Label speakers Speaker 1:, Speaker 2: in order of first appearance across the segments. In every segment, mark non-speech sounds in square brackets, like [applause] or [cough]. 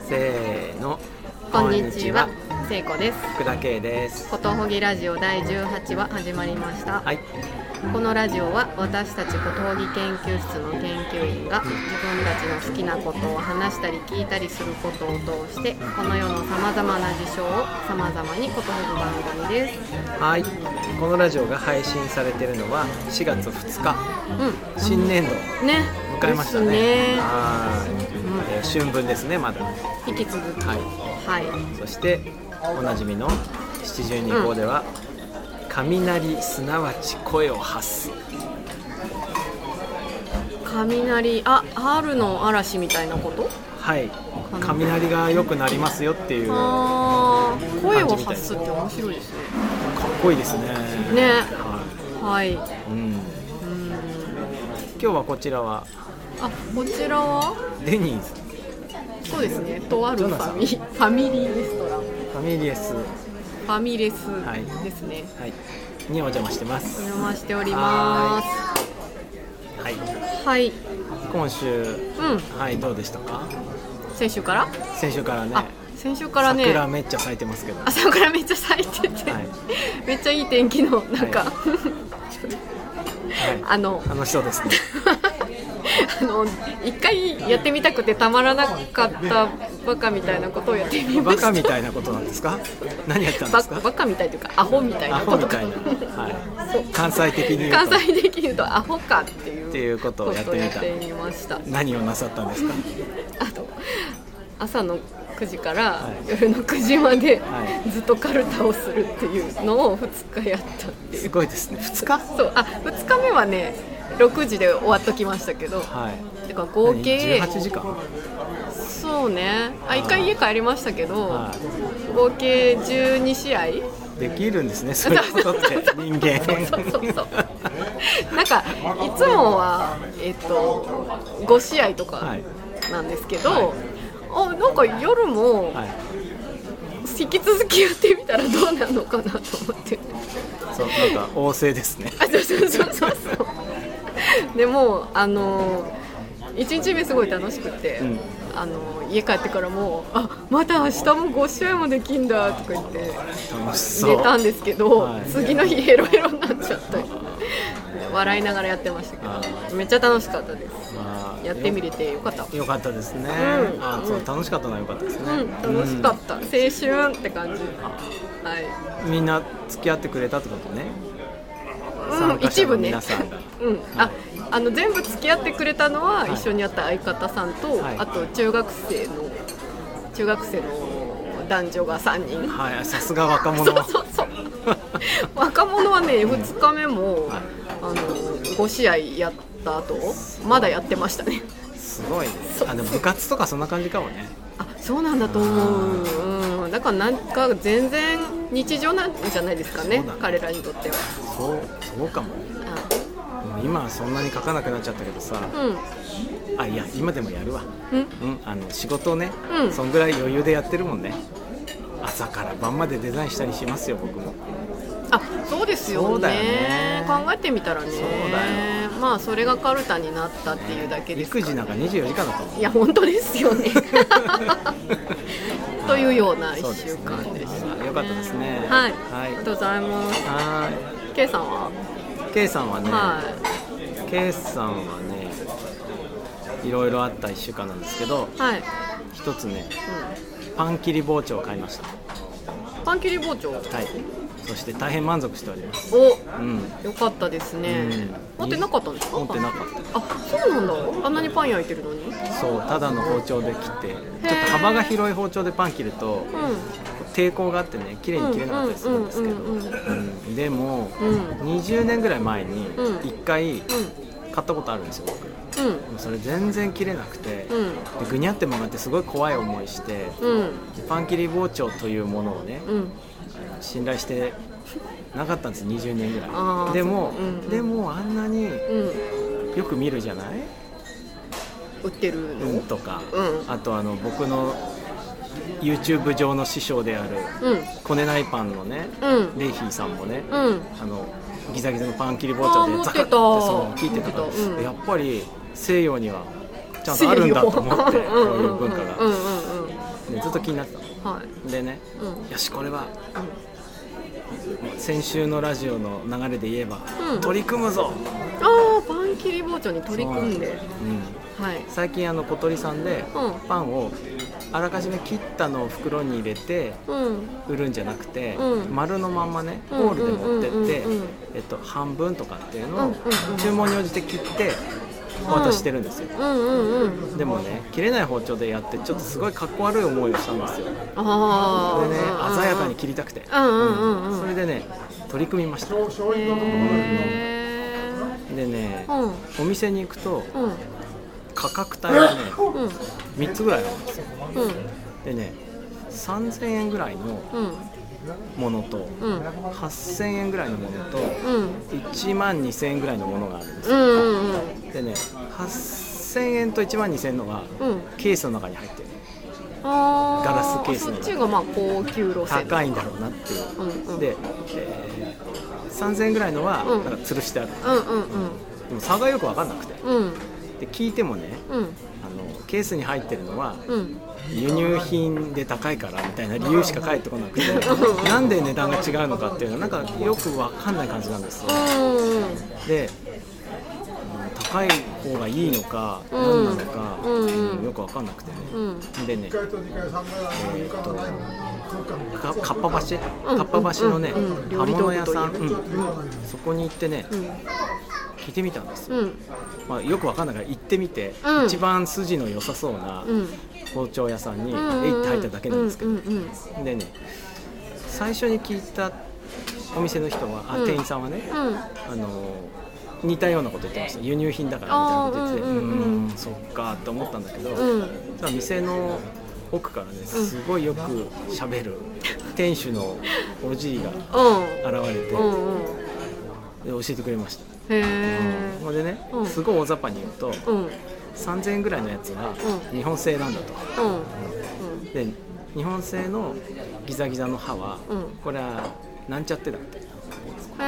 Speaker 1: せーの
Speaker 2: こんにちは、聖子です。
Speaker 1: 福田圭です
Speaker 2: ことほぎラジオ第18話始まりました。
Speaker 1: はい
Speaker 2: このラジオは私たちことほぎ研究室の研究員が自分たちの好きなことを話したり聞いたりすることを通して、この世のさまざまな事象をさまざまにことほぐ番組です。
Speaker 1: はいこのラジオが配信されてるのは4月2日
Speaker 2: う
Speaker 1: 新年度
Speaker 2: ん、ね。
Speaker 1: 迎えましたね
Speaker 2: ですね
Speaker 1: は
Speaker 2: うん
Speaker 1: い、えー春分ですねまだは
Speaker 2: 引き続き、はい、
Speaker 1: いそしておなじみの七十二号では、雷すなわち声を発す
Speaker 2: 雷、あ、春の嵐みたいなこと。
Speaker 1: はい雷が良くなりますよっていうか
Speaker 2: あー声を発すって面白いですね。
Speaker 1: っこいいですね
Speaker 2: ね
Speaker 1: は
Speaker 2: はい。
Speaker 1: い、
Speaker 2: う
Speaker 1: うん
Speaker 2: ん。
Speaker 1: 今日はこちらは
Speaker 2: あ、こちらは。
Speaker 1: デニーズ
Speaker 2: そうですね。とある
Speaker 1: ジ
Speaker 2: フ
Speaker 1: ョナサ
Speaker 2: ァ
Speaker 1: ン
Speaker 2: ミ、ファミリーレストラン。
Speaker 1: ファミリエス、は
Speaker 2: ファミレス
Speaker 1: はい
Speaker 2: ですね。
Speaker 1: い、にお邪魔してます
Speaker 2: お邪魔しております。
Speaker 1: はい、
Speaker 2: はい。
Speaker 1: 今週、
Speaker 2: うん。
Speaker 1: はい、どうでしたか。
Speaker 2: 先週から。
Speaker 1: 先週からね、
Speaker 2: あ、先週からね。
Speaker 1: 桜めっちゃ咲いてますけど。
Speaker 2: あ、桜めっちゃ咲いてて、
Speaker 1: はい
Speaker 2: めっちゃいい天気のなんか、
Speaker 1: ははい、
Speaker 2: あの [laughs]
Speaker 1: あの人ですね。
Speaker 2: あの一回やってみたくてたまらなかったバカみたいなことをやってみま
Speaker 1: バ
Speaker 2: した
Speaker 1: カみたいなことなんですか。何やったんで
Speaker 2: バ
Speaker 1: すか
Speaker 2: バ。カみたいというかアホみたい
Speaker 1: ア
Speaker 2: な
Speaker 1: ホ
Speaker 2: こと
Speaker 1: み
Speaker 2: か
Speaker 1: たいな。はい。関西的に言う
Speaker 2: [laughs] 関
Speaker 1: と。
Speaker 2: 西的に言うとアホかっていう
Speaker 1: っていうことをやってみた
Speaker 2: ことをやってみました
Speaker 1: 何をなさったん
Speaker 2: [laughs]
Speaker 1: ですか。
Speaker 2: あと朝の9時から
Speaker 1: はい
Speaker 2: 夜の9時まで
Speaker 1: は
Speaker 2: ずっとカルタをするっていうのを2日やったってい
Speaker 1: す
Speaker 2: う
Speaker 1: ごいですね。二日。
Speaker 2: そうあ2日目はね6時で終わっときましたけど
Speaker 1: はい。
Speaker 2: だから合計
Speaker 1: 18時間。
Speaker 2: そうねあ1回家帰りましたけど
Speaker 1: は
Speaker 2: 合計12試合
Speaker 1: い。できるんですね。そういうことって人間。
Speaker 2: そうそうそうなんかいつもはえっと5試合とか
Speaker 1: はい。
Speaker 2: なんですけど、あなんか夜も
Speaker 1: はい。
Speaker 2: 引き続きやってみたらどうなのかなと思って
Speaker 1: そう、なんか旺盛ですね。
Speaker 2: あそうそうそうそうそうでもあの1日目すごい楽しくて、
Speaker 1: うん
Speaker 2: あの家帰ってからも「あまた明日も5試合もできんだ」とか言って
Speaker 1: 楽しそう。
Speaker 2: 寝たんですけど、
Speaker 1: はい
Speaker 2: 次の日ヘロヘロになっちゃった笑いながらやってましたけ
Speaker 1: あ
Speaker 2: どめっちゃ楽しかったです
Speaker 1: まあ
Speaker 2: やってみれてよかった
Speaker 1: よかったですね。
Speaker 2: うん
Speaker 1: あ、そう楽しかったのは良かったですね。
Speaker 2: うん楽しかった、青春って感じはい
Speaker 1: うんみんな付き合ってくれたってことね。
Speaker 2: うん
Speaker 1: 参加
Speaker 2: 一
Speaker 1: 者の
Speaker 2: 部ね
Speaker 1: 皆さんが。
Speaker 2: うん、ああの全部付き合ってくれたのは
Speaker 1: はい
Speaker 2: 一緒にやった相方さんと、
Speaker 1: はい
Speaker 2: あと中学生の中学生の男女が3人、
Speaker 1: はい、さすが若
Speaker 2: [laughs] そ
Speaker 1: 者。
Speaker 2: うそう
Speaker 1: [laughs]
Speaker 2: そう若者はね2日目も、
Speaker 1: はい
Speaker 2: あの5試合やった後まだやってましたね
Speaker 1: すごいね
Speaker 2: そ。う
Speaker 1: あ、でも部活とかそんな感じかもね。
Speaker 2: あそうなんだと思う、うん、だからなんか全然日常なんじゃないですかね
Speaker 1: そうだね
Speaker 2: 彼らにとっては
Speaker 1: そう、そうかも。もう今はそんなに書かなくなっちゃったけどさ。
Speaker 2: あうん
Speaker 1: あ、いや、今でもやるわ。
Speaker 2: うん
Speaker 1: うん、あの仕事をね、
Speaker 2: うん
Speaker 1: そんぐらい余裕でやってるもんね。朝から晩までデザインしたりしますよ、僕も。
Speaker 2: あそうですよね
Speaker 1: そうだよね
Speaker 2: 考えてみたらね
Speaker 1: そうだ
Speaker 2: まあそれがカルタになったっていうだけですか
Speaker 1: 育児なんか24時間だと思う。
Speaker 2: いや本当ですよ
Speaker 1: [laughs]
Speaker 2: ねというような
Speaker 1: そう
Speaker 2: 1
Speaker 1: で
Speaker 2: 週
Speaker 1: すね
Speaker 2: 間でした、ね、
Speaker 1: よかったですね
Speaker 2: はい、
Speaker 1: はい
Speaker 2: ありがとうございます
Speaker 1: は
Speaker 2: K さんは、
Speaker 1: ーい。ケイさんはね、
Speaker 2: は
Speaker 1: ケイさんはね、いろいろあった1週間なんですけど、
Speaker 2: いはい、
Speaker 1: 一つね、パン切り包丁を買いました。
Speaker 2: うん、パン切り包丁
Speaker 1: はい。そして大変満足しております。
Speaker 2: お
Speaker 1: うん。
Speaker 2: よかったですね、
Speaker 1: うん
Speaker 2: 持ってなかったんですか
Speaker 1: 持ってなか
Speaker 2: ったあそうなんだあんなにパン焼いてるのにうん
Speaker 1: そう、ただの包丁で切って、ちょっと幅が広い包丁でパン切ると、抵抗があってね、綺麗に切れなかったりするんですけど、
Speaker 2: うんうんうん
Speaker 1: うんでも、
Speaker 2: うん
Speaker 1: 20年ぐらい前に
Speaker 2: うん
Speaker 1: 1回
Speaker 2: うん
Speaker 1: 買ったことあるんですよ、僕。でもそれ全然切れなくて、
Speaker 2: うん
Speaker 1: でぐにゃって曲がってすごい怖い思いして、
Speaker 2: うんうん
Speaker 1: パン切り包丁というものをね、
Speaker 2: うん
Speaker 1: 信頼してなかったんです20年ぐ
Speaker 2: あ
Speaker 1: ら
Speaker 2: ー
Speaker 1: いでも、
Speaker 2: そううん
Speaker 1: でもあんなに
Speaker 2: うん
Speaker 1: よく見るじゃない、
Speaker 2: 売ってるの、
Speaker 1: うん、とか、
Speaker 2: うん
Speaker 1: あとあの僕の YouTube 上の師匠である
Speaker 2: うん
Speaker 1: コネナイパンのね、
Speaker 2: うん
Speaker 1: レイヒーさんもね、
Speaker 2: うん
Speaker 1: あのギザギザのパン切り包丁
Speaker 2: あー
Speaker 1: でザクッて
Speaker 2: 持
Speaker 1: そ
Speaker 2: っ
Speaker 1: う
Speaker 2: てた
Speaker 1: 切ってたから
Speaker 2: 持ってたうん
Speaker 1: やっぱり西洋にはちゃんとあるんだと思ってこう
Speaker 2: 西洋
Speaker 1: いう文化が
Speaker 2: うんうんうんうん
Speaker 1: ずっと気になってた
Speaker 2: はい
Speaker 1: のでね
Speaker 2: うん
Speaker 1: よしこれは先週のラジオの流れで言えば、
Speaker 2: うん
Speaker 1: 取り組むぞ、
Speaker 2: ああパン切り包丁に取り組んで
Speaker 1: うん、
Speaker 2: はい
Speaker 1: 最近あの小鳥さんで
Speaker 2: う
Speaker 1: パンをあらかじめ切ったのを袋に入れて
Speaker 2: んうん
Speaker 1: 売るんじゃなくて、
Speaker 2: うん
Speaker 1: 丸のまんまね
Speaker 2: うん
Speaker 1: ホールで持ってって、
Speaker 2: うんうんうんうん
Speaker 1: えっと、半分とかっていう
Speaker 2: うんうん
Speaker 1: のを
Speaker 2: うん
Speaker 1: 注文に応じて切ってお渡ししてるんですよ、
Speaker 2: うんうんうん
Speaker 1: でもね切れない包丁でやってちょっとすごいかっこ悪い思いをしたんですよでね
Speaker 2: ああ
Speaker 1: 鮮やかに切りたくて、
Speaker 2: うんうんうんうん
Speaker 1: それでね取り組みました
Speaker 2: へ
Speaker 1: でね
Speaker 2: ーうん
Speaker 1: お店に行くと
Speaker 2: うん
Speaker 1: 価格帯がね
Speaker 2: うん
Speaker 1: 3つぐらいあるんですよ
Speaker 2: うん
Speaker 1: でね3000円ぐらいの
Speaker 2: うん
Speaker 1: ものと
Speaker 2: うん
Speaker 1: 8000円ぐらいのものと
Speaker 2: うん
Speaker 1: 1万2000円ぐらいのものがあるんです
Speaker 2: う
Speaker 1: よ
Speaker 2: んうん
Speaker 1: でね8000円と1万2000円のが
Speaker 2: うんうん
Speaker 1: ケースの中に入ってる
Speaker 2: あ
Speaker 1: ガラスケース
Speaker 2: そ
Speaker 1: の
Speaker 2: っちがまあ高級路線
Speaker 1: 高いんだろうなっていう
Speaker 2: うんうん
Speaker 1: で、えー3000円ぐらいのは
Speaker 2: うん
Speaker 1: なんか吊るしてある
Speaker 2: うんうんうん
Speaker 1: でも差がよく分かんなくて
Speaker 2: うん
Speaker 1: で聞いてもね
Speaker 2: うん
Speaker 1: あのケースに入ってるのは
Speaker 2: うん
Speaker 1: 輸入品で高いからみたいな理由しか返ってこな
Speaker 2: [laughs]
Speaker 1: くてなんで値段が違うのかっていうのはなんかよく分かんない感じなんですよでうん高い方がいいのか
Speaker 2: うん
Speaker 1: 何なのか、
Speaker 2: うんうん
Speaker 1: うんよく分かんなくてね、
Speaker 2: うんうん
Speaker 1: でねかかっぱ橋
Speaker 2: うん
Speaker 1: かっぱ橋のね、
Speaker 2: うんうん
Speaker 1: 刃物屋さん、
Speaker 2: 料
Speaker 1: う
Speaker 2: 理
Speaker 1: んそこに行ってね、
Speaker 2: うん
Speaker 1: 聞いてみたんですよ、
Speaker 2: うん
Speaker 1: まあ、よく分かんないから行ってみて、
Speaker 2: うん
Speaker 1: 一番筋の良さそうな
Speaker 2: うん
Speaker 1: 包丁屋さんに、
Speaker 2: うん
Speaker 1: えいって入っただけなんですけど、
Speaker 2: うんうんうん
Speaker 1: でね最初に聞いたお店の人はあ、
Speaker 2: うん
Speaker 1: 店員さんはね、
Speaker 2: うん
Speaker 1: あの似たようなこと言ってました輸入品だからみたいなこと言ってて
Speaker 2: あーうんうん
Speaker 1: う
Speaker 2: うん
Speaker 1: んそっかと思ったんだけど、
Speaker 2: うん
Speaker 1: ただ店の奥からねすごいよく喋る店主のおじいが現れて、
Speaker 2: うんうん
Speaker 1: で教えてくれました
Speaker 2: へえ
Speaker 1: ほんでね、
Speaker 2: うん
Speaker 1: すごい大雑把に言うと
Speaker 2: うんうん
Speaker 1: 3000円ぐらいのやつは
Speaker 2: う
Speaker 1: 日本製なんだと
Speaker 2: うん
Speaker 1: で日本製のギザギザの刃は、
Speaker 2: うん
Speaker 1: これはなんちゃってだって
Speaker 2: へ
Speaker 1: で
Speaker 2: え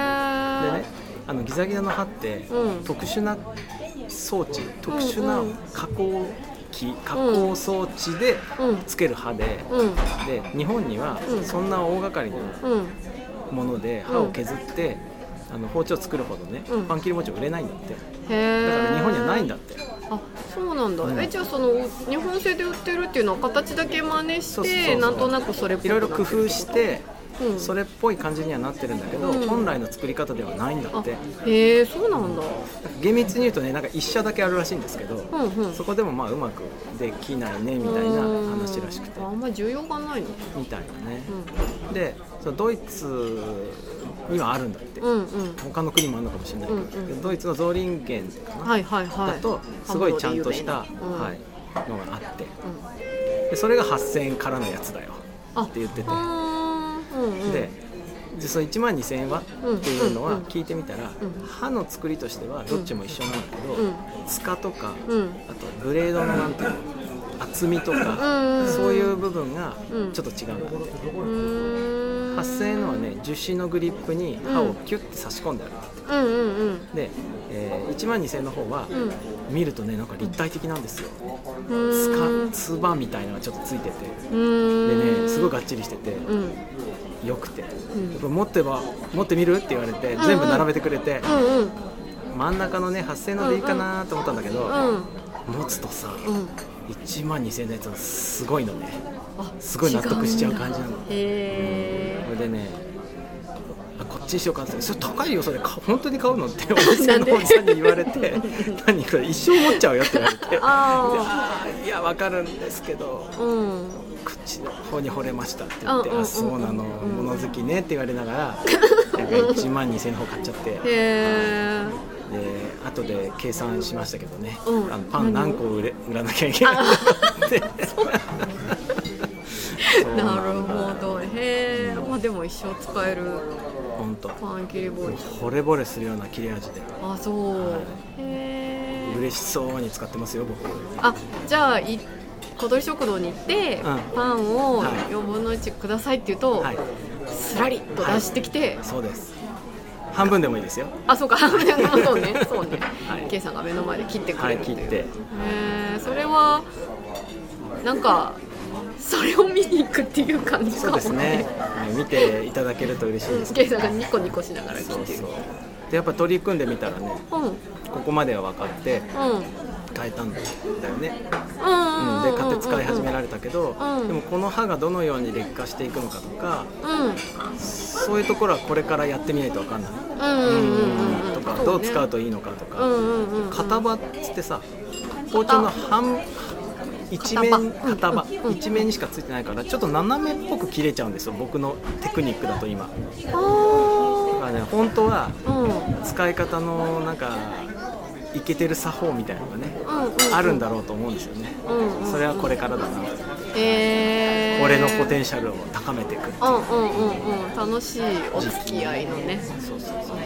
Speaker 1: ねあのギザギザの刃って、
Speaker 2: うん
Speaker 1: 特殊な装置特殊な加工機、加工装置で
Speaker 2: うん
Speaker 1: つける刃で、
Speaker 2: うん
Speaker 1: で日本には
Speaker 2: うん
Speaker 1: そんな大掛かりな
Speaker 2: うん
Speaker 1: もので刃を削って、あの包丁作るほどね、
Speaker 2: うん
Speaker 1: パン切り包丁売れないんだって
Speaker 2: へえ
Speaker 1: だから日本にはないんだって、
Speaker 2: あそうなんだ、
Speaker 1: うん
Speaker 2: えじゃあその日本製で売ってるっていうのは形だけ真似して
Speaker 1: そうそうそうそう
Speaker 2: なんとなくそれっぽ
Speaker 1: い
Speaker 2: く
Speaker 1: ろいろ工夫して
Speaker 2: うん
Speaker 1: それっぽい感じにはなってるんだけど、
Speaker 2: うん
Speaker 1: 本来の作り方ではないんだ
Speaker 2: あ
Speaker 1: って
Speaker 2: へえそうなんだ
Speaker 1: 厳密に言うとねなんか一社だけあるらしいんですけど、
Speaker 2: うんうん
Speaker 1: そこでもまあうまくできないねみたいな話らしくて
Speaker 2: うんあんまり需要がないの
Speaker 1: みたいなね、でそのドイツにはあるんだって、
Speaker 2: うんうんうん
Speaker 1: 他の国もあるのかもしれないけど、
Speaker 2: うんうん
Speaker 1: ドイツのゾーリンゲンかな、
Speaker 2: はいはいはい
Speaker 1: だとすごいちゃんとした、
Speaker 2: 刃物で有名な
Speaker 1: はい、のがあって
Speaker 2: うんうん
Speaker 1: でそれが8000円からのやつだよ
Speaker 2: あ
Speaker 1: って言ってて、
Speaker 2: あーうんうん
Speaker 1: ででその1万2000円はって
Speaker 2: うん
Speaker 1: いうの
Speaker 2: う
Speaker 1: は
Speaker 2: ん
Speaker 1: 聞いてみたら、
Speaker 2: うん
Speaker 1: 刃の作りとしてはどっちも一緒なんだけど、
Speaker 2: うん
Speaker 1: 柄とか、
Speaker 2: うん
Speaker 1: あとグレードのなんていうの厚みとか、
Speaker 2: うん
Speaker 1: そういう部分が
Speaker 2: うん
Speaker 1: ちょっと違うんだって、
Speaker 2: うーん
Speaker 1: 8000円のはね樹脂のグリップに刃をキュッて差し込んであるんだって
Speaker 2: うんうんうん
Speaker 1: で、えー1万2000円の方は、
Speaker 2: うん
Speaker 1: 見るとねなんか立体的なんですよ
Speaker 2: うーん
Speaker 1: つかつばみたいなのがちょっとついてて
Speaker 2: うーん
Speaker 1: でねすごいがっちりしてて、
Speaker 2: うんうん
Speaker 1: よくて、
Speaker 2: ん
Speaker 1: これ持ってば持ってみるって言われて
Speaker 2: うん
Speaker 1: 全部並べてくれて、
Speaker 2: うん
Speaker 1: 真ん中のね8000円のでいいかなと思ったんだけど、
Speaker 2: うん
Speaker 1: 持つとさ、
Speaker 2: うん
Speaker 1: 1万2000円のやつはすごいのね
Speaker 2: あ
Speaker 1: すごい納得しちゃう感じなの
Speaker 2: 違うんだへえ
Speaker 1: それでねあこっちにしようかってそれ高いよそれか本当に買うのってお店のおじさんに言われて
Speaker 2: [laughs]
Speaker 1: 「何これ一生持っちゃうよ」って言われて「であ
Speaker 2: あ
Speaker 1: ーいやわかるんですけど
Speaker 2: うん
Speaker 1: 口の方に惚れました」って言って「
Speaker 2: うんうんうんうん
Speaker 1: あそうなの物好きね」って言われ
Speaker 2: [laughs]
Speaker 1: ながらなんか1万2000円の方買っちゃってで
Speaker 2: へー
Speaker 1: 後で計算しましたけどね、
Speaker 2: うん
Speaker 1: あのパン何個
Speaker 2: [laughs]
Speaker 1: 売れ売らなきゃいけないのかって。そう
Speaker 2: な
Speaker 1: なん
Speaker 2: るほどへえまあでも一生使える
Speaker 1: 本当
Speaker 2: パン切り包丁
Speaker 1: 惚れ惚れするような切れ味で
Speaker 2: あそうへえ
Speaker 1: 嬉しそうに使ってますよ僕
Speaker 2: あじゃあい小鳥食堂に行って、
Speaker 1: うん
Speaker 2: パンを
Speaker 1: はい
Speaker 2: 4分の1くださいって言うと、
Speaker 1: はい
Speaker 2: すらりと出してきて、
Speaker 1: そうです半分でもいいですよ [laughs]
Speaker 2: あそうかそうねそうね、
Speaker 1: はい
Speaker 2: K さんが目の前で切ってく
Speaker 1: は
Speaker 2: れ
Speaker 1: い
Speaker 2: るってい
Speaker 1: 切
Speaker 2: う、
Speaker 1: って
Speaker 2: へえそれはなんかそれを見に行くっていう感じ
Speaker 1: そ
Speaker 2: か
Speaker 1: う
Speaker 2: も
Speaker 1: ですねうん見ていただけると嬉しいです
Speaker 2: ゲイさんがニコニコしながら
Speaker 1: そ
Speaker 2: 聞いうてる
Speaker 1: そうでやっぱ取り組んでみたらね
Speaker 2: うんうん
Speaker 1: ここまでは分かって
Speaker 2: うん
Speaker 1: 変えたんだよね、うん、で
Speaker 2: で
Speaker 1: 買って使い始め
Speaker 2: る
Speaker 1: られたけど、
Speaker 2: うん
Speaker 1: でもこの歯がどのように劣化していくのかとか
Speaker 2: うんうん
Speaker 1: そういうところはこれからやってみないと分かんない、
Speaker 2: うんうんうん
Speaker 1: とかどう使う
Speaker 2: と
Speaker 1: といいのかと
Speaker 2: う
Speaker 1: か、
Speaker 2: んうんうんうん
Speaker 1: 片刃っつってさ包丁の半一面片刃、
Speaker 2: うんうん
Speaker 1: 一面にしかついてないからちょっと斜めっぽく切れちゃうんですよ僕のテクニックだと今だ
Speaker 2: あ
Speaker 1: からね本当は
Speaker 2: ーうんうん
Speaker 1: 使い方のなんかいけてる作法みたいなのがね
Speaker 2: うんうん
Speaker 1: あるんだろうと思うんですよね
Speaker 2: うんうんうん
Speaker 1: それはこれからだな
Speaker 2: えー
Speaker 1: 俺のポテンシャルを高めていく
Speaker 2: うんうんうんうん楽しいお付き合いのね
Speaker 1: そうそうそう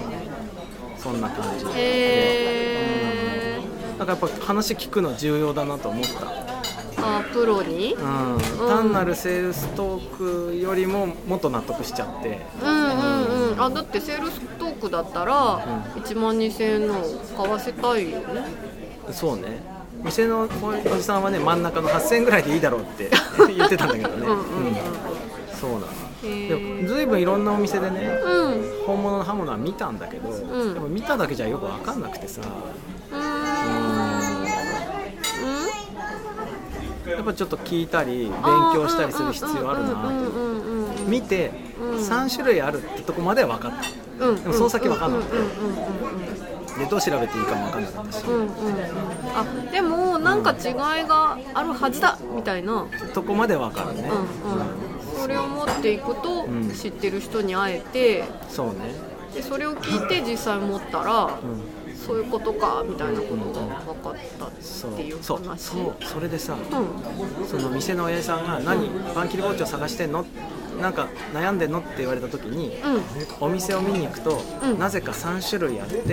Speaker 1: そんな感じ
Speaker 2: へえ
Speaker 1: だからやっぱ話聞くの重要だなと思った、
Speaker 2: あープロに
Speaker 1: うん、単なるセールストークよりももっと納得しちゃって
Speaker 2: うんうんうんあだってセールストークだったら1万2000円のを買わせたいよね
Speaker 1: そうね店のおじさんはね真ん中の8000円ぐらいでいいだろうって [laughs] [laughs] 言ってたんだけどね
Speaker 2: うんうんうん
Speaker 1: うんそうなの
Speaker 2: へ
Speaker 1: でも
Speaker 2: ー
Speaker 1: 随分いろんなお店でね
Speaker 2: うんうん
Speaker 1: 本物の刃物は見たんだけど、
Speaker 2: うん
Speaker 1: でも見ただけじゃよく分かんなくてさやっぱちょっと聞いたり勉強したりする必要あるな
Speaker 2: うん
Speaker 1: と
Speaker 2: うんうんうん
Speaker 1: 見て
Speaker 2: うん
Speaker 1: 3種類あるってとこまでは分かった
Speaker 2: うんうん
Speaker 1: でもその先わかんなかった
Speaker 2: うんうんうんうんうん
Speaker 1: でどう調べていいかも分かんなかったし、
Speaker 2: うんうんうんあでもなんか違いがあるはずだみたいな、
Speaker 1: とこまで分かるね、
Speaker 2: うんうん、それを持っていくと
Speaker 1: うん
Speaker 2: 知ってる人に会えて
Speaker 1: そうね、
Speaker 2: でそれを聞いて実際持ったら
Speaker 1: うん、
Speaker 2: そういうことかみたいなことが分かったっていう
Speaker 1: そう
Speaker 2: 話
Speaker 1: そうそれでさ
Speaker 2: うん
Speaker 1: その店の親父さんが何「パン切り包丁探してんの?」なんか悩んでんのって言われた時に、お店を見に行くと、
Speaker 2: うん
Speaker 1: なぜか3種類あって、
Speaker 2: ん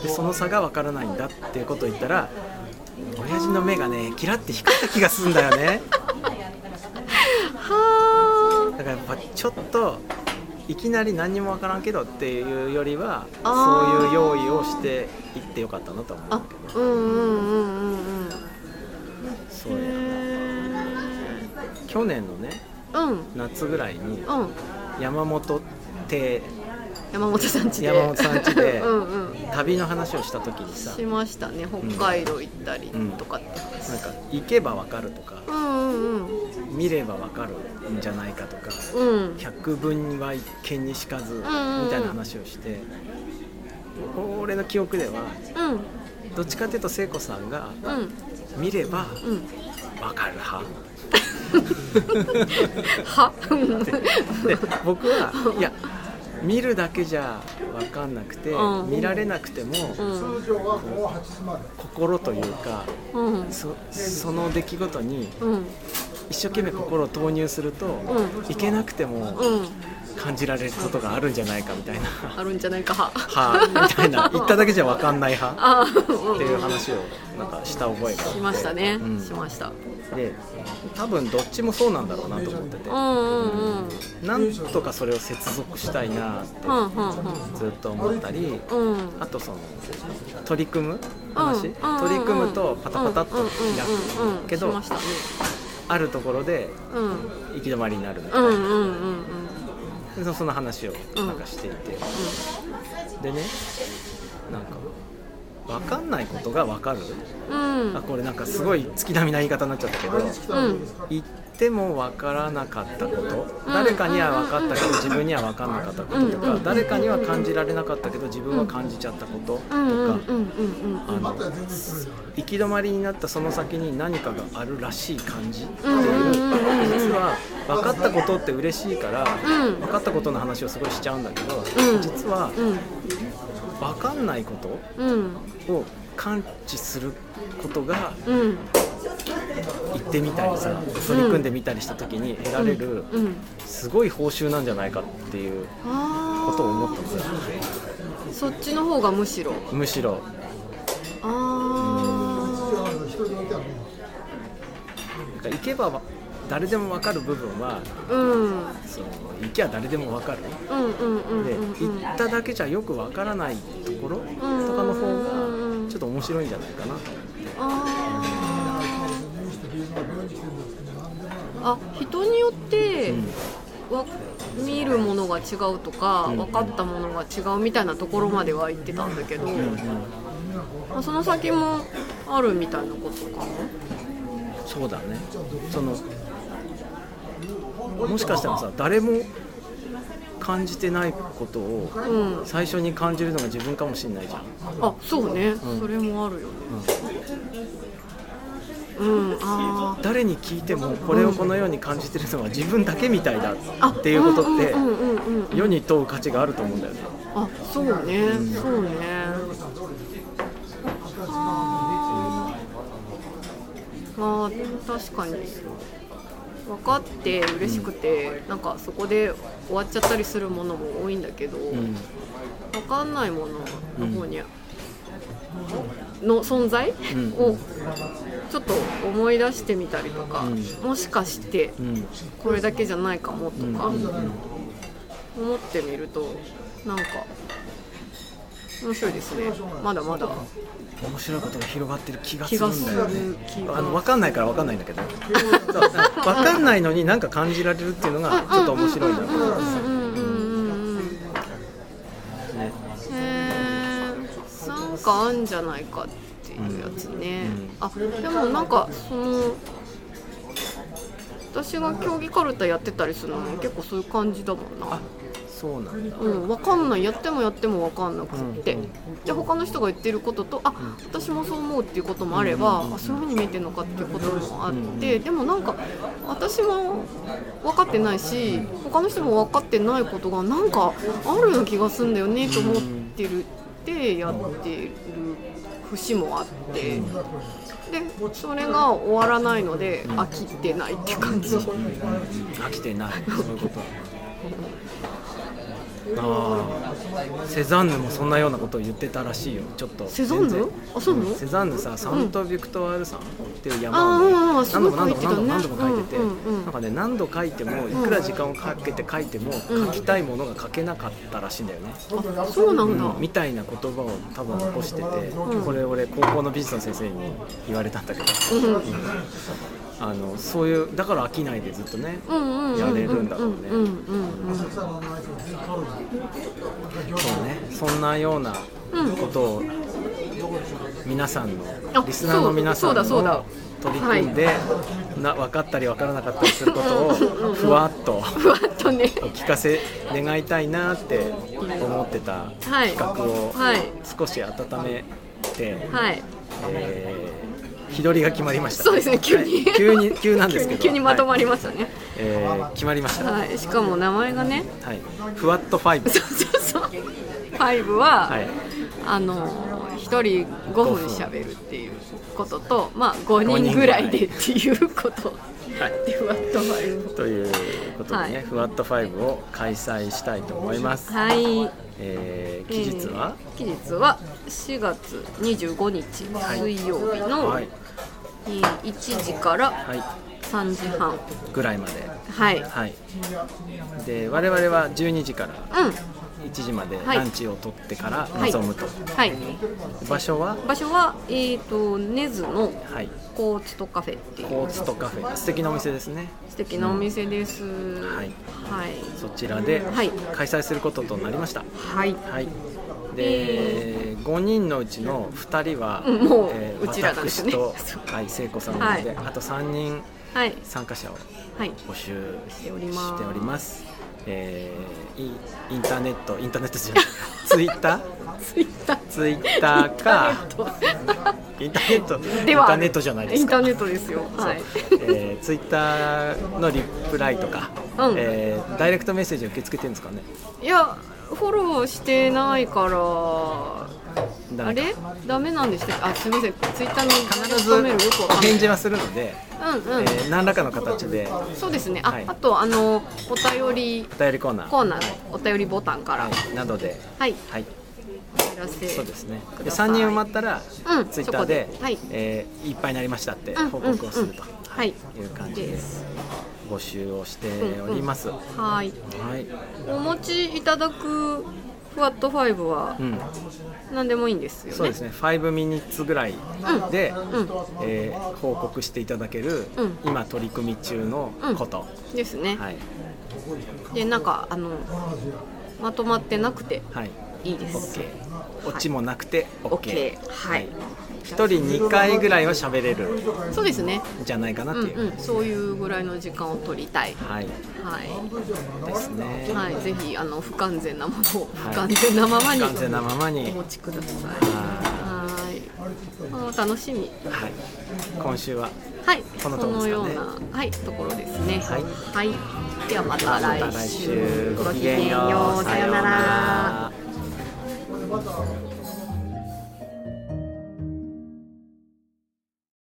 Speaker 1: でその差が分からないんだっていうことを言ったら親父の目がねキラって光った気がするんだよね
Speaker 2: は
Speaker 1: だからやっぱちょっといきなり何にも分からんけどっていうよりは
Speaker 2: あ
Speaker 1: そう
Speaker 2: ー
Speaker 1: いう用意をしていってよかったなと思う
Speaker 2: ああうんうんうんうんうん
Speaker 1: そうや去年のね
Speaker 2: うんうん
Speaker 1: 夏ぐらいに
Speaker 2: うん
Speaker 1: 山本って
Speaker 2: 山本さんちで
Speaker 1: 山本さん家で
Speaker 2: うんうん
Speaker 1: 旅の話をした時にさ
Speaker 2: しましたね北海道行ったりとかって、
Speaker 1: なんか行けば分かるとか
Speaker 2: うんうんうん
Speaker 1: 見れば分かるんじゃないかとか
Speaker 2: うん
Speaker 1: 百聞は一見にしかずみ
Speaker 2: んうん
Speaker 1: たいな話をして俺の記憶では
Speaker 2: うんうん
Speaker 1: どっちかというと聖子さんが見れば
Speaker 2: うん
Speaker 1: 分かる派
Speaker 2: は [laughs]
Speaker 1: で僕はいや見るだけじゃ分かんなくて
Speaker 2: うん
Speaker 1: 見られなくても
Speaker 2: うん
Speaker 1: 心というか
Speaker 2: うん
Speaker 1: そその出来事に
Speaker 2: うん
Speaker 1: 一生懸命心を投入すると、
Speaker 2: う
Speaker 1: いけなくても
Speaker 2: うん
Speaker 1: 感じられることがあるんじゃないかみたいな
Speaker 2: あるんじゃないかは
Speaker 1: はみたい
Speaker 2: [laughs]
Speaker 1: な言っただけじゃ分かんない派
Speaker 2: あ
Speaker 1: っていう話をなんかした覚えがあって
Speaker 2: しましたね、
Speaker 1: うん
Speaker 2: しました
Speaker 1: で多分どっちもそうなんだろうなと思ってて
Speaker 2: うんうんうん
Speaker 1: なんとかそれを接続したいなって
Speaker 2: うんうん
Speaker 1: ずっと思ったり
Speaker 2: うんうん
Speaker 1: あとその取り組む話、取り組むとパタパタっと開くけ
Speaker 2: し
Speaker 1: ど
Speaker 2: ましたね
Speaker 1: あるところで
Speaker 2: うん
Speaker 1: 行き止まりになるみた
Speaker 2: う
Speaker 1: い
Speaker 2: ん
Speaker 1: な
Speaker 2: うんうんうん
Speaker 1: でそその話をなんかしていて、でねなんか分かんないことが分かる、
Speaker 2: うん
Speaker 1: あこれなんかすごい月並みな言い方になっちゃったけど
Speaker 2: うん
Speaker 1: 言っても分からなかったこと
Speaker 2: うん
Speaker 1: 誰かには分かったけど自分には分かんなかったことと
Speaker 2: うん
Speaker 1: か
Speaker 2: うん
Speaker 1: 誰かには感じられなかったけど自分は感じちゃったことと
Speaker 2: うんうんう
Speaker 1: か。
Speaker 2: んうん
Speaker 1: あの行き止まりになったその先に何かがあるらしい感じって
Speaker 2: うんうん
Speaker 1: いう
Speaker 2: うんうん
Speaker 1: 実は分かったことって嬉しいから
Speaker 2: うん
Speaker 1: 分かったことの話をすごいしちゃうんだけど
Speaker 2: うん
Speaker 1: 実は
Speaker 2: うん
Speaker 1: 分かんないこと
Speaker 2: うん
Speaker 1: を感知することが
Speaker 2: うん
Speaker 1: 行ってみたりさ取り組んでみたりした時に得られる
Speaker 2: うん
Speaker 1: すごい報酬なんじゃないかっていう
Speaker 2: あ
Speaker 1: ことを思ったんですよ
Speaker 2: あそっちの方がむしろ
Speaker 1: むしろなん
Speaker 2: あ
Speaker 1: か行けば誰でも分かる部分は
Speaker 2: あうん
Speaker 1: その行きゃ誰でも分かる
Speaker 2: うんうんうん
Speaker 1: で
Speaker 2: うんうん
Speaker 1: 行っただけじゃよく分からないところとかの方がちょっと面白いんじゃないかなと
Speaker 2: ああ人によって、
Speaker 1: うん
Speaker 2: わ見るものが違うとか
Speaker 1: うん
Speaker 2: 分かったものが違うみたいなところまでは言ってたんだけど、まあ、その先もあるみたいなことか
Speaker 1: そうだねそのもしかしたらさ誰も感じてないことを
Speaker 2: なうん
Speaker 1: 最初に感じるのが自分かもしれないじゃん
Speaker 2: あそうね、
Speaker 1: うん
Speaker 2: それもあるよねうん、あ
Speaker 1: 誰に聞いてもこれをこのように感じてるのは自分だけみたいだ
Speaker 2: あ
Speaker 1: っていうことって
Speaker 2: うんうんうんうんうん
Speaker 1: 世に問う価値があると思うんだよね
Speaker 2: あそうね、そうねあーあー確かに分かって嬉しくて、なんかそこで終わっちゃったりするものも多いんだけど、
Speaker 1: うん
Speaker 2: 分かんないものの方に、の存在、
Speaker 1: うん
Speaker 2: をちょっと思い出してみたりとか、
Speaker 1: うん
Speaker 2: もしかして
Speaker 1: うん
Speaker 2: これだけじゃないかもと
Speaker 1: うん
Speaker 2: か
Speaker 1: うんうん
Speaker 2: 思ってみるとなんか面白いですねまだまだ
Speaker 1: 面白いことが広がってる気がす
Speaker 2: 気
Speaker 1: る
Speaker 2: が
Speaker 1: ん
Speaker 2: す
Speaker 1: だ
Speaker 2: る
Speaker 1: よね
Speaker 2: 気
Speaker 1: あの
Speaker 2: が
Speaker 1: 分かんないから分かんないんだけどそう分かんないのになんか感じられるっていうのがちょっと面白いな
Speaker 2: うんうんうんうんうん
Speaker 1: ね
Speaker 2: へーなんかあんじゃないかっていうやつね、あでもなんかその私が競技かるたやってたりするのも結構そういう感じだもんな
Speaker 1: あそうなんだ
Speaker 2: うん、わかんないやってもやってもわかんなくって、
Speaker 1: うんうん
Speaker 2: じゃあ他の人が言ってることとあ、私もそう思うっていうこともあれば、あそういうふうに見えてるのかっていうこともあって、でもなんか私も分かってないし他の人も分かってないことがなんかあるような気がするんだよねと思ってるってやってる節もあって。でそれが終わらないので飽きてないって感じ、
Speaker 1: 飽きて
Speaker 2: [laughs]
Speaker 1: ないそういうことああセザンヌもそんなようなことを言ってたらしいよちょっと
Speaker 2: セザン
Speaker 1: 全然
Speaker 2: ヌあそうなの
Speaker 1: セザンヌさサント・ビクトワール山っていう山をね
Speaker 2: あーあーあーす
Speaker 1: 何
Speaker 2: ご
Speaker 1: 度
Speaker 2: い
Speaker 1: も
Speaker 2: 書
Speaker 1: 何
Speaker 2: い
Speaker 1: 度も何度
Speaker 2: てたね
Speaker 1: も何度も書いてて
Speaker 2: うんうんうん
Speaker 1: なんかね何度書いてもいくら時間をかけて書いても書きたいものが書けなかったらしいんだよね
Speaker 2: あそうなんだ、
Speaker 1: みたいな言葉を多分残してて
Speaker 2: うん
Speaker 1: これ俺高校の美術の先生に言われたんだけど
Speaker 2: うん
Speaker 1: あのそういうだから飽きないでずっとね
Speaker 2: や
Speaker 1: やれるんだろうね
Speaker 2: うんうんうん
Speaker 1: そうねそんなようなことを皆さんの
Speaker 2: あ
Speaker 1: リスナーの皆さん
Speaker 2: そうだそうだ
Speaker 1: の取り組んでな分かったり分からなかったりすることをふわっと
Speaker 2: ふわっとね
Speaker 1: お聞かせ願いたいなって思ってた
Speaker 2: はい
Speaker 1: 企画を
Speaker 2: はい
Speaker 1: 少し温めて、
Speaker 2: はい
Speaker 1: えー日取りが決まりました
Speaker 2: そうですね急に
Speaker 1: はい急に急なんですけど
Speaker 2: [laughs] 急に急にまとまり
Speaker 1: はい
Speaker 2: ましたね
Speaker 1: えー決まりました、は
Speaker 2: はい、しかも名前がね [laughs]
Speaker 1: い、ふわっと5
Speaker 2: そうそうそうファイブは、
Speaker 1: はい
Speaker 2: あの一人5分喋るっていうこととまあ5人ぐらいでっていうことでふわっとファイブ
Speaker 1: ということでね、
Speaker 2: はい
Speaker 1: ふわっと5を開催したいと思います、
Speaker 2: はい
Speaker 1: えー期日は、
Speaker 2: えー期日は4月25日水曜日の
Speaker 1: はい、
Speaker 2: えー1時から
Speaker 1: はい、
Speaker 2: 3時半
Speaker 1: ぐらいまで
Speaker 2: はい
Speaker 1: はいで我々は12時から
Speaker 2: うん
Speaker 1: 1時まで
Speaker 2: はい
Speaker 1: ランチを取ってから
Speaker 2: い
Speaker 1: 臨むと、
Speaker 2: はい、
Speaker 1: 場所は
Speaker 2: 場所は、えー、と根津の
Speaker 1: はい
Speaker 2: コーチとカフェっていう
Speaker 1: コーツとカフェ素敵なお店ですね
Speaker 2: 素敵なお店です、
Speaker 1: はい
Speaker 2: はい
Speaker 1: そちらで
Speaker 2: はい
Speaker 1: 開催することとなりました
Speaker 2: はい
Speaker 1: はいで5人のうちの2人は、
Speaker 2: うんもう
Speaker 1: えー
Speaker 2: うちらなんですね
Speaker 1: 私と、はい、聖子さんなので、
Speaker 2: は
Speaker 1: あと3人
Speaker 2: はい
Speaker 1: 参加者を
Speaker 2: はい
Speaker 1: 募集しており
Speaker 2: ます
Speaker 1: ますえーインインターネットインターネットじゃないツイッター
Speaker 2: [laughs] ツイッター
Speaker 1: ツイッターかインターネットインターネットじゃないで
Speaker 2: イ
Speaker 1: す
Speaker 2: ンタ
Speaker 1: か
Speaker 2: ーネットですよはい
Speaker 1: えー、ツイッターのリプライとか、
Speaker 2: うん
Speaker 1: えーダイレクトメッセージ受け付けてるんですかね
Speaker 2: いやフォローしてないから
Speaker 1: ダ
Speaker 2: あ
Speaker 1: メか
Speaker 2: れダメなんでしたっけあすみませんツイッターの
Speaker 1: 必ず
Speaker 2: ダイレクトメールよくわ
Speaker 1: お
Speaker 2: かんない
Speaker 1: 返事はするので、
Speaker 2: うん
Speaker 1: え
Speaker 2: うん、
Speaker 1: ー何らかの形で
Speaker 2: そうですねあ、
Speaker 1: はい
Speaker 2: あとあのお便り
Speaker 1: お便りコーナー
Speaker 2: コーナーのお便りボタンから
Speaker 1: はいなどで、
Speaker 2: はい
Speaker 1: はい、
Speaker 2: お知らせ
Speaker 1: そうですね
Speaker 2: く
Speaker 1: で
Speaker 2: ださい
Speaker 1: 3人埋まったら、
Speaker 2: うん
Speaker 1: ツイッターで
Speaker 2: そこではい
Speaker 1: えーいっぱいになりましたって
Speaker 2: うん
Speaker 1: 報告をすると、
Speaker 2: うんうんはい
Speaker 1: いう感じで
Speaker 2: です
Speaker 1: 募集をしております、
Speaker 2: はい
Speaker 1: はい
Speaker 2: お持ちいただくクワット5は
Speaker 1: うん、
Speaker 2: 何でもいいんですよね
Speaker 1: そうですね5ミニッツぐらいで、
Speaker 2: うん
Speaker 1: えー報告していただける、
Speaker 2: うん
Speaker 1: 今取り組み中のこと、
Speaker 2: ですね、
Speaker 1: はい
Speaker 2: でなんかあのまとまってなくて
Speaker 1: はい
Speaker 2: いいです、
Speaker 1: OK 落ちもなくて OK,
Speaker 2: オッケーはい
Speaker 1: 1人2回ぐらいは喋れる
Speaker 2: そうですね
Speaker 1: んじゃないかなっ
Speaker 2: う
Speaker 1: て
Speaker 2: ん
Speaker 1: いう、
Speaker 2: うんそういうぐらいの時間を取りたい
Speaker 1: はい
Speaker 2: は
Speaker 1: ですね
Speaker 2: い、はい、ぜひあの不完全なものを
Speaker 1: はい
Speaker 2: 不完全なままに
Speaker 1: 完全なままに
Speaker 2: お持ちください
Speaker 1: は
Speaker 2: はいあー楽しみ
Speaker 1: いはい今週は
Speaker 2: はい
Speaker 1: こ
Speaker 2: こ
Speaker 1: の
Speaker 2: の
Speaker 1: とこですかね
Speaker 2: ようなはいところですね
Speaker 1: はい
Speaker 2: はい、ではまた来
Speaker 1: また来
Speaker 2: 週
Speaker 1: 週
Speaker 2: ご
Speaker 1: ご
Speaker 2: き
Speaker 1: き
Speaker 2: げ
Speaker 1: げん
Speaker 2: んよ
Speaker 1: よ
Speaker 2: う
Speaker 1: う
Speaker 2: さ
Speaker 1: さ
Speaker 2: よ
Speaker 1: よ
Speaker 2: う
Speaker 1: う
Speaker 2: な
Speaker 1: な
Speaker 2: ら
Speaker 1: ら